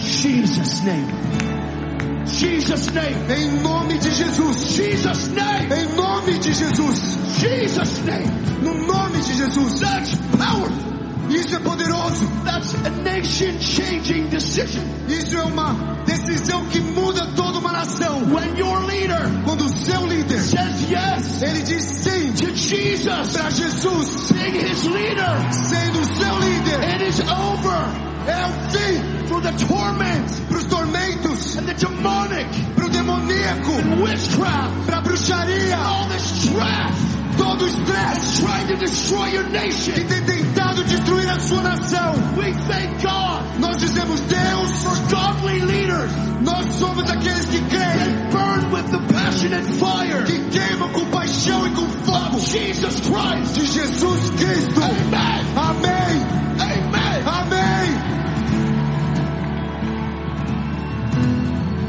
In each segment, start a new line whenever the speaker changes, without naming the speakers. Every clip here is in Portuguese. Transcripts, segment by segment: Jesus' name. Jesus' name.
Em nome de Jesus.
Jesus' name.
Em nome de Jesus.
Jesus' name.
No nome de Jesus.
That's powerful.
Isso é poderoso.
That's a nation changing decision.
Isso é uma decisão que muda toda uma nação.
When your leader
Quando o seu líder,
says yes
ele diz sim
to Jesus,
para Jesus,
being his leader,
sendo o seu líder,
it is over
é o fim
for the torment
para os tormentos,
and the demonic
para o demoníaco,
and witchcraft,
para a bruxaria,
all this trash
todo o estresse
that's trying to destroy your
que
nation.
tem tentado destruir a sua nação.
We thank God
Nós dizemos, Deus,
for godly leaders
nós somos aqueles que creem,
that burn with the passion and fire
que queimam com paixão e com fogo
of Jesus Christ.
de Jesus Cristo.
Amen.
Amém,
Amen.
amém.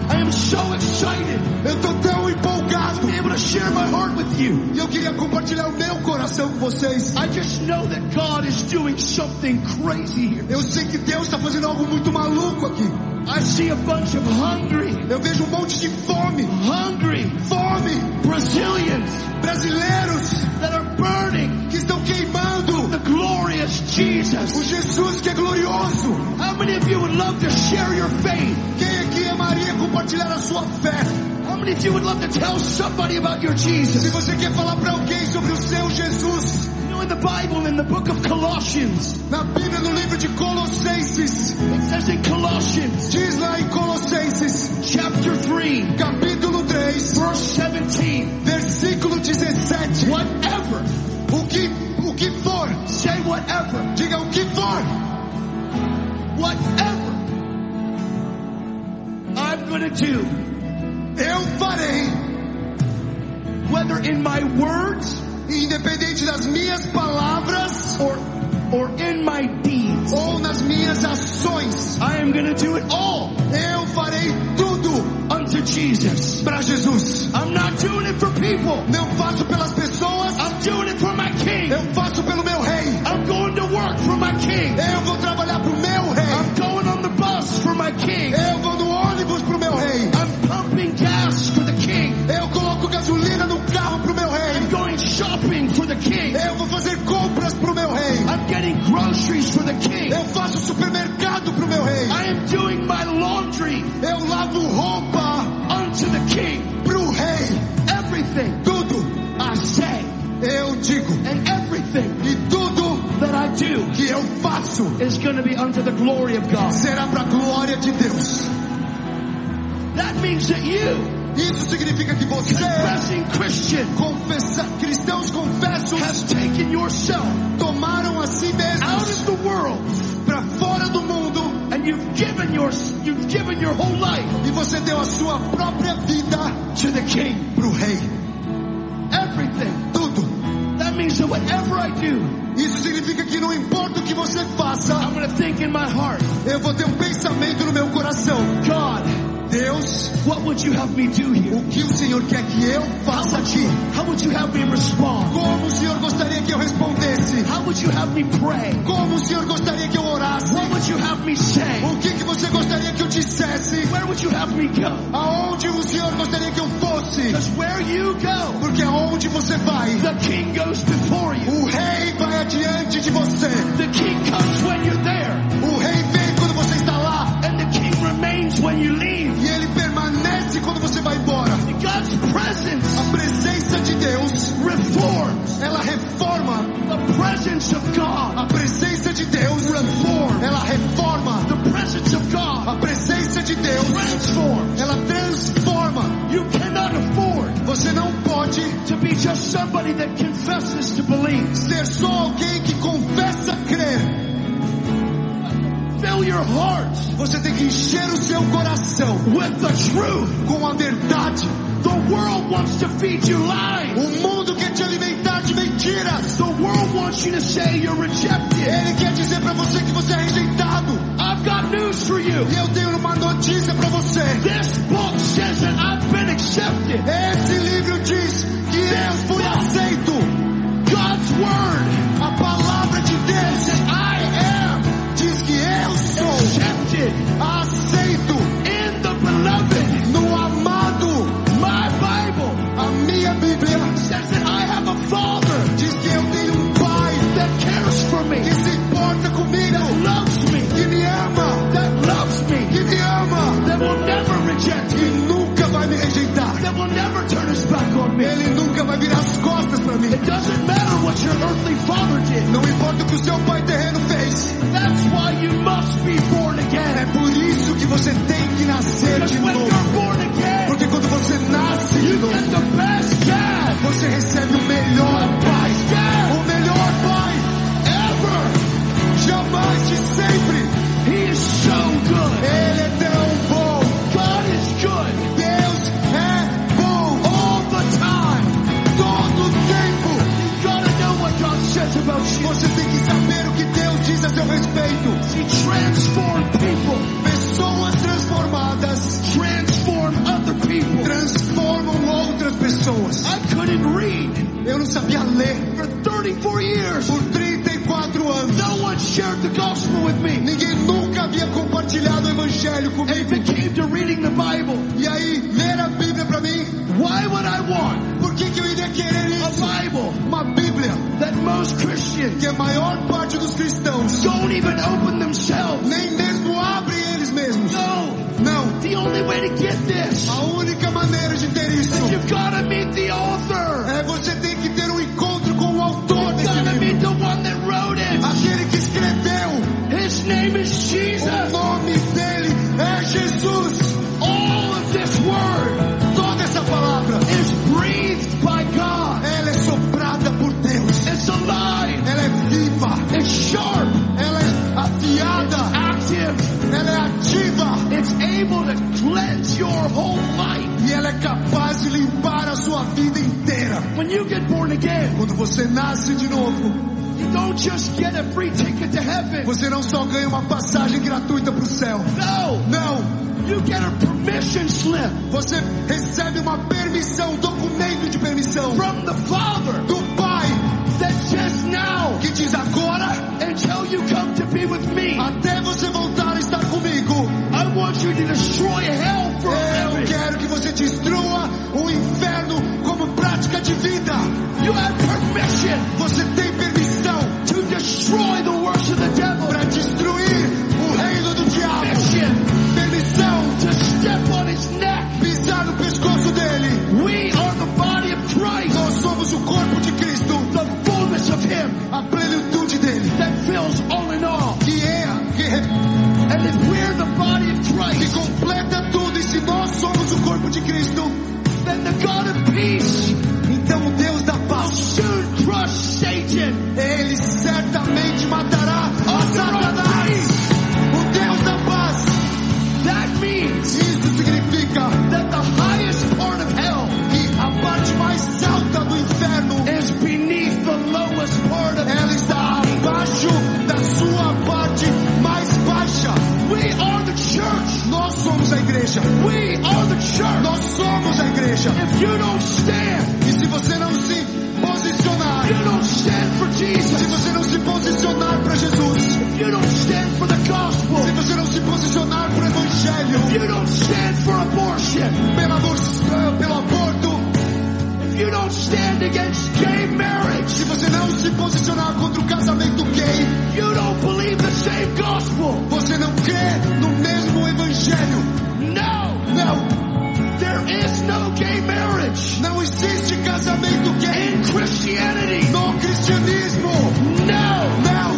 I am so excited
Eu estou tão empolgado.
to be able to share my heart with you.
E eu queria compartilhar o meu coração com vocês.
I just know that God is doing something crazy here.
Eu sei que Deus está fazendo algo muito maluco aqui.
I see a bunch of hungry,
Eu vejo um monte de fome,
hungry
fome,
Brazilians
brasileiros
that are burning
que estão
for
queimando
the glorious
o
Jesus.
Jesus que é glorioso.
How many of you would love to share your faith?
Quem aqui amaria compartilhar a sua fé?
How many of you would love to tell somebody about your
Se
Jesus?
você quer falar para alguém sobre o seu Jesus,
You know, in the Bible, in the book of Colossians,
na Bíblia, no livro de Colossenses,
it says in Colossians
diz lá em Colossenses,
chapter 3,
capítulo 3,
verse 17,
versículo 17:
whatever,
O que, o que for,
say whatever,
diga o que for,
whatever I'm gonna do,
eu farei.
whether in my words
independente das minhas palavras
or or in my deeds,
ou nas minhas ações,
I am gonna do it all
eu farei tudo
unto Jesus.
para Jesus.
I'm not doing it for people.
Não faço pelas pessoas,
I'm doing it for my King.
eu faço pelo meu rei.
I'm going to work for my King.
Eu vou trabalhar pro meu rei.
I'm going on the bus for my King.
Eu vou no ônibus pro meu rei.
I'm pumping gas for the King.
Eu coloco gasolina no carro pro meu
I'm
rei.
going shopping for the King.
Eu vou fazer compras pro meu rei.
I'm getting groceries for the King.
Eu faço supermercado pro meu rei.
I am doing my laundry
Eu lavo roupa
unto the King.
pro rei.
Everything
Tudo
I say
eu digo
and everything
e tudo
that I do
que eu faço
is going to be unto the glory of God.
será para a glória de Deus.
That means that you,
Isso significa que você,
professing Christian,
confessa, cristãos confessos,
have taken yourself
tomaram a si
out
mesmos
of the world
para fora do mundo
and you've given your you've given your whole life
e você deu a sua própria vida
to the King.
para o rei.
Everything.
Tudo.
That means that whatever I do,
Isso significa que não importa o que você faça,
I'm going to think in my heart,
eu vou ter um pensamento no meu coração.
God,
Deus,
what would you have me do here?
o que o Senhor quer que eu faça aqui?
How would you have me respond?
Como o Senhor gostaria que eu respondesse?
How would you have me pray?
Como o Senhor gostaria que eu orasse?
What would you have me say?
O que, que você gostaria que eu dissesse?
Where would you have me go?
Aonde o Senhor gostaria que eu fosse?
Because where you go,
Porque aonde você vai,
the King goes before you.
o rei vai adiante de você.
The King comes when you're there,
O rei vem quando você está lá.
and the King remains when you leave.
E ele permanece quando você vai embora.
God's presence
A presença de Deus,
reforms.
ela reforma.
The presence of
A
God.
presença de Deus, reforma. Ela reforma.
The presence of
A
God
presença de Deus,
transforms.
ela transforma.
You cannot afford
Você não pode
to be just somebody that confesses to believe.
ser só alguém que confessa crer.
Fill your heart
Você tem que encher o seu coração
with the truth.
com a verdade.
The world wants to feed you lies.
O mundo quer te alimentar de mentiras.
The world wants you to say you're rejected.
Ele quer dizer pra você que você é rejeitado.
I've got news for you.
E eu tenho uma notícia pra você.
This book says that I've been accepted.
Esse livro diz que eu fui aceito.
God's word
A palavra de Deus é
I am
diz que eu sou
accepted.
aceito
in the beloved.
no amado.
My Bible
A minha Bíblia
says that I have a Father
diz que eu tenho um Pai
that cares for me,
que se importa comigo,
loves me,
que me ama,
that loves me,
que me ama,
that will never reject
que
me,
nunca vai me rejeitar.
that will never turn his back on me.
Ele nunca vai virar as costas para mim.
It doesn't matter what your earthly father did.
Não importa o que o seu pai terreno fez.
That's why you must be born
É
again.
por isso que você tem que nascer
Because
de
when
novo.
you're born again,
Porque quando você nasce de
you
novo,
get the best dad,
você recebe o melhor pai.
best dad
O melhor pai,
ever.
jamais de sempre.
He is so good.
Ele é tão bom.
God is good
Deus é bom
all the time.
todo tempo.
You gotta know what God says about you.
Você tem que saber o que Deus diz a seu respeito.
He transformed people,
Pessoas transformadas
transformed other people.
transformam outras pessoas.
I couldn't read
Eu não sabia ler
for 34 years.
por 34 anos.
No one shared the gospel with me.
Ninguém nunca havia compartilhado o evangelho
And if
comigo.
it came to reading the Bible,
E aí, ler a Bíblia pra mim,
Why would I want
por que, que eu iria querer
a
isso?
Bible
Uma Bíblia
that most Christians
que a maior parte dos cristãos
don't even open themselves?
nem mesmo abre eles mesmos.
No,
Não.
the only way to get this
A única maneira de ter isso
is you've got to meet the author.
é você tem que ter um encontro com o autor
You've
desse
got to
livro.
meet the one that wrote it.
Aquele que escreveu,
His name is
o
Jesus.
nome dele é Jesus.
All of this word
Toda essa palavra,
is breathed by God.
ela é soprada por Deus.
It's alive.
Ela é viva,
It's sharp.
ela é afiada.
Active.
Ela é ativa
It's able to cleanse your whole life.
e ela é capaz de limpar a sua vida inteira.
When you get born again,
Quando você nasce de novo,
you don't just get a free ticket to heaven.
você não só ganha uma passagem gratuita para o céu.
No.
Não,
You get a permission slip
você recebe uma permissão, um documento de permissão
from the Father
do Pai
that says now
que diz agora,
until you come to be with me,
até você voltar a estar comigo,
I want you to destroy hell for
eu
living.
quero que você destrua o inferno como prática de vida.
You have permission
Você tem permissão
to destroy the works of the devil.
para destruir o reino do diabo.
Permission
Permissão
to step on his neck.
pisar no pescoço dele.
We are the body of Christ,
Nós somos o corpo de Cristo,
the fullness of him
a plenitude dele,
that fills all in all.
que é, que, re-
And if we're the body of
que
Christ,
completa tudo. E se nós somos o corpo de Cristo,
then the God of peace
então o Deus da
will
paz,
soon crush Satan.
ele certamente matará a Satanás. O Deus da paz.
That means
Isso significa
that the highest part of hell
que a parte mais alta do inferno,
is beneath the lowest part of
ela está abaixo da sua parte mais baixa.
We are the church.
Nós somos a igreja.
We are the church.
Nós somos a igreja.
If you don't stand,
E se você não se
you
posicionar,
don't stand for
se
Jesus.
você não se posicionar para Jesus,
If you don't stand for the gospel.
se você não se posicionar para o Evangelho,
If you don't stand for abortion.
pelo, avor- pelo aborto,
If you don't stand against gay marriage.
se você não se posicionar contra o casamento gay,
If you don't believe the same gospel.
você não crê no mesmo Evangelho.
No,
Não,
there is no gay marriage
não existe casamento gay
in Christianity.
no cristianismo.
No,
Não,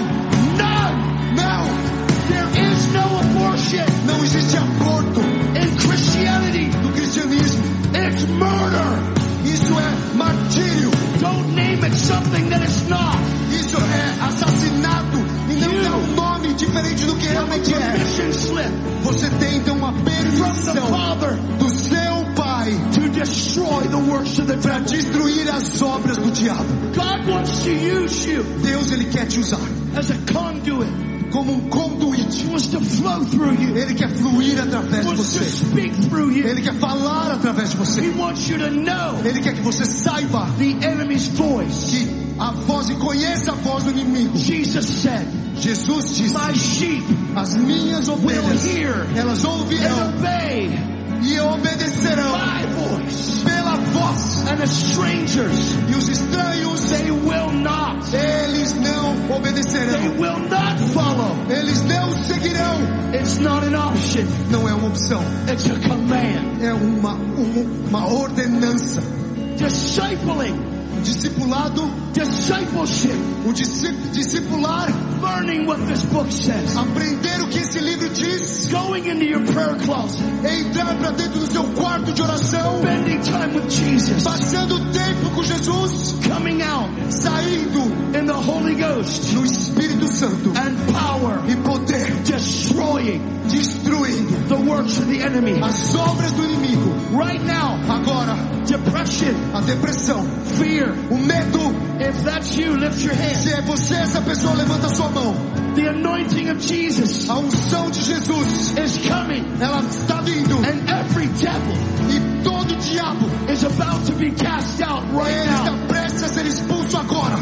none.
não,
There is no abortion.
não existe aborto
In Christianity,
no cristianismo.
it's murder.
Isso é martírio.
Don't name it something that it's not.
Isso é assassinato e não dá um nome diferente do que realmente é.
Mission slip
Você tem então uma
from the
permissão
Father
do seu pai
to destroy the works of the
para
devil.
destruir as obras do diabo.
God wants to use you
Deus ele quer te usar
as a conduit.
como um conduíte.
He wants to flow through you.
Ele quer fluir através
He
de
wants to
você.
speak through you.
Ele quer falar através de
He
você.
wants you to know
Ele quer que você saiba
the enemy's voice.
que a voz e conheça a voz do inimigo.
Jesus said,
Jesus disse:
My sheep
As minhas
will
ovelhas,
hear
elas
and
ouvirão
obey
e obedecerão
my voice.
pela voz.
And the strangers,
E os estranhos,
they will not.
eles não
They
obedecerão.
will not follow.
Eles não seguirão.
It's not an option.
Não é uma opção,
It's a command.
é uma, uma, uma ordenança.
Discipling,
O discipulado,
discipleship,
o disci- discipular,
learning what this book says.
aprender o que esse livro diz,
Going into your prayer closet,
é entrar para dentro do seu quarto de oração,
spending time with Jesus,
passando tempo com Jesus,
coming out
saindo
in the Holy Ghost
no Espírito Santo
and power,
e poder
destroying
destruindo
the works of the enemy.
as obras do inimigo.
Right now,
Agora,
depression,
a depressão,
fear.
o medo.
If that's you, lift your hand.
Se é você essa pessoa, levanta sua mão.
The anointing of Jesus
A unção de Jesus,
is coming,
ela está vindo
and every devil
e todo diabo
is about to be cast out right
Ele
now.
está prestes a ser expulso agora.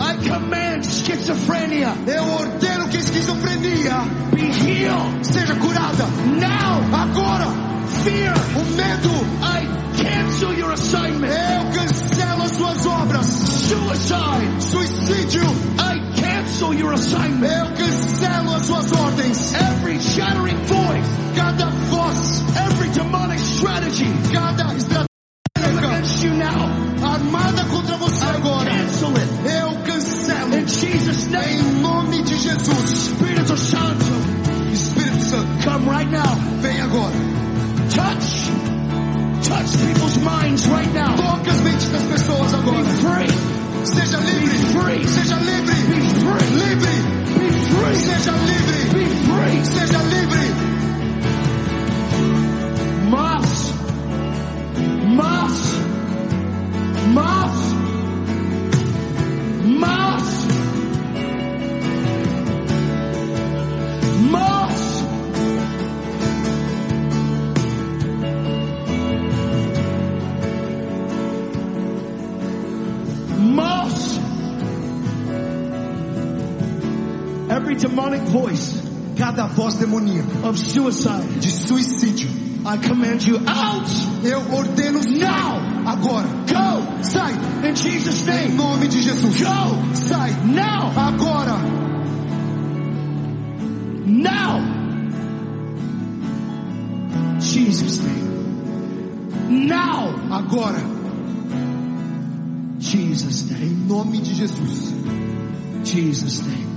I command schizophrenia
Eu ordeno que a esquizofrenia
be healed
seja curada.
now.
Agora,
Fear,
o medo.
I cancel your assignment.
Eu cancelo as suas obras.
Suicide,
Suicídio.
I cancel your assignment.
Eu cancelo as suas ordens.
Every shattering voice,
Cada voz,
every demonic strategy
cada estratégia
against you now,
armada contra você agora.
cancel it.
Eu cancelo.
In Jesus'
Em
name,
nome de Jesus.
Espírito Santo,
Espírito Santo,
come right now.
vem agora.
Touch, touch people's minds right now.
Toca as mentes das pessoas
Be
agora.
free,
Seja
be
livre.
free,
Seja
be
livre.
free,
Livre.
be free,
Seja livre!
be free.
Seja livre!
Mas, mas, mas, mas, mas, mas. Every demonic voice
Cada voz demoníaca
of suicide,
de suicídio,
I command you out
eu ordeno
now.
agora.
Go
Sai!
in Jesus'
Em
name.
nome de Jesus.
Go
Sai!
now,
Agora!
now. Jesus' name. Now,
Agora!
Jesus' name.
Em nome de Jesus.
Jesus' name.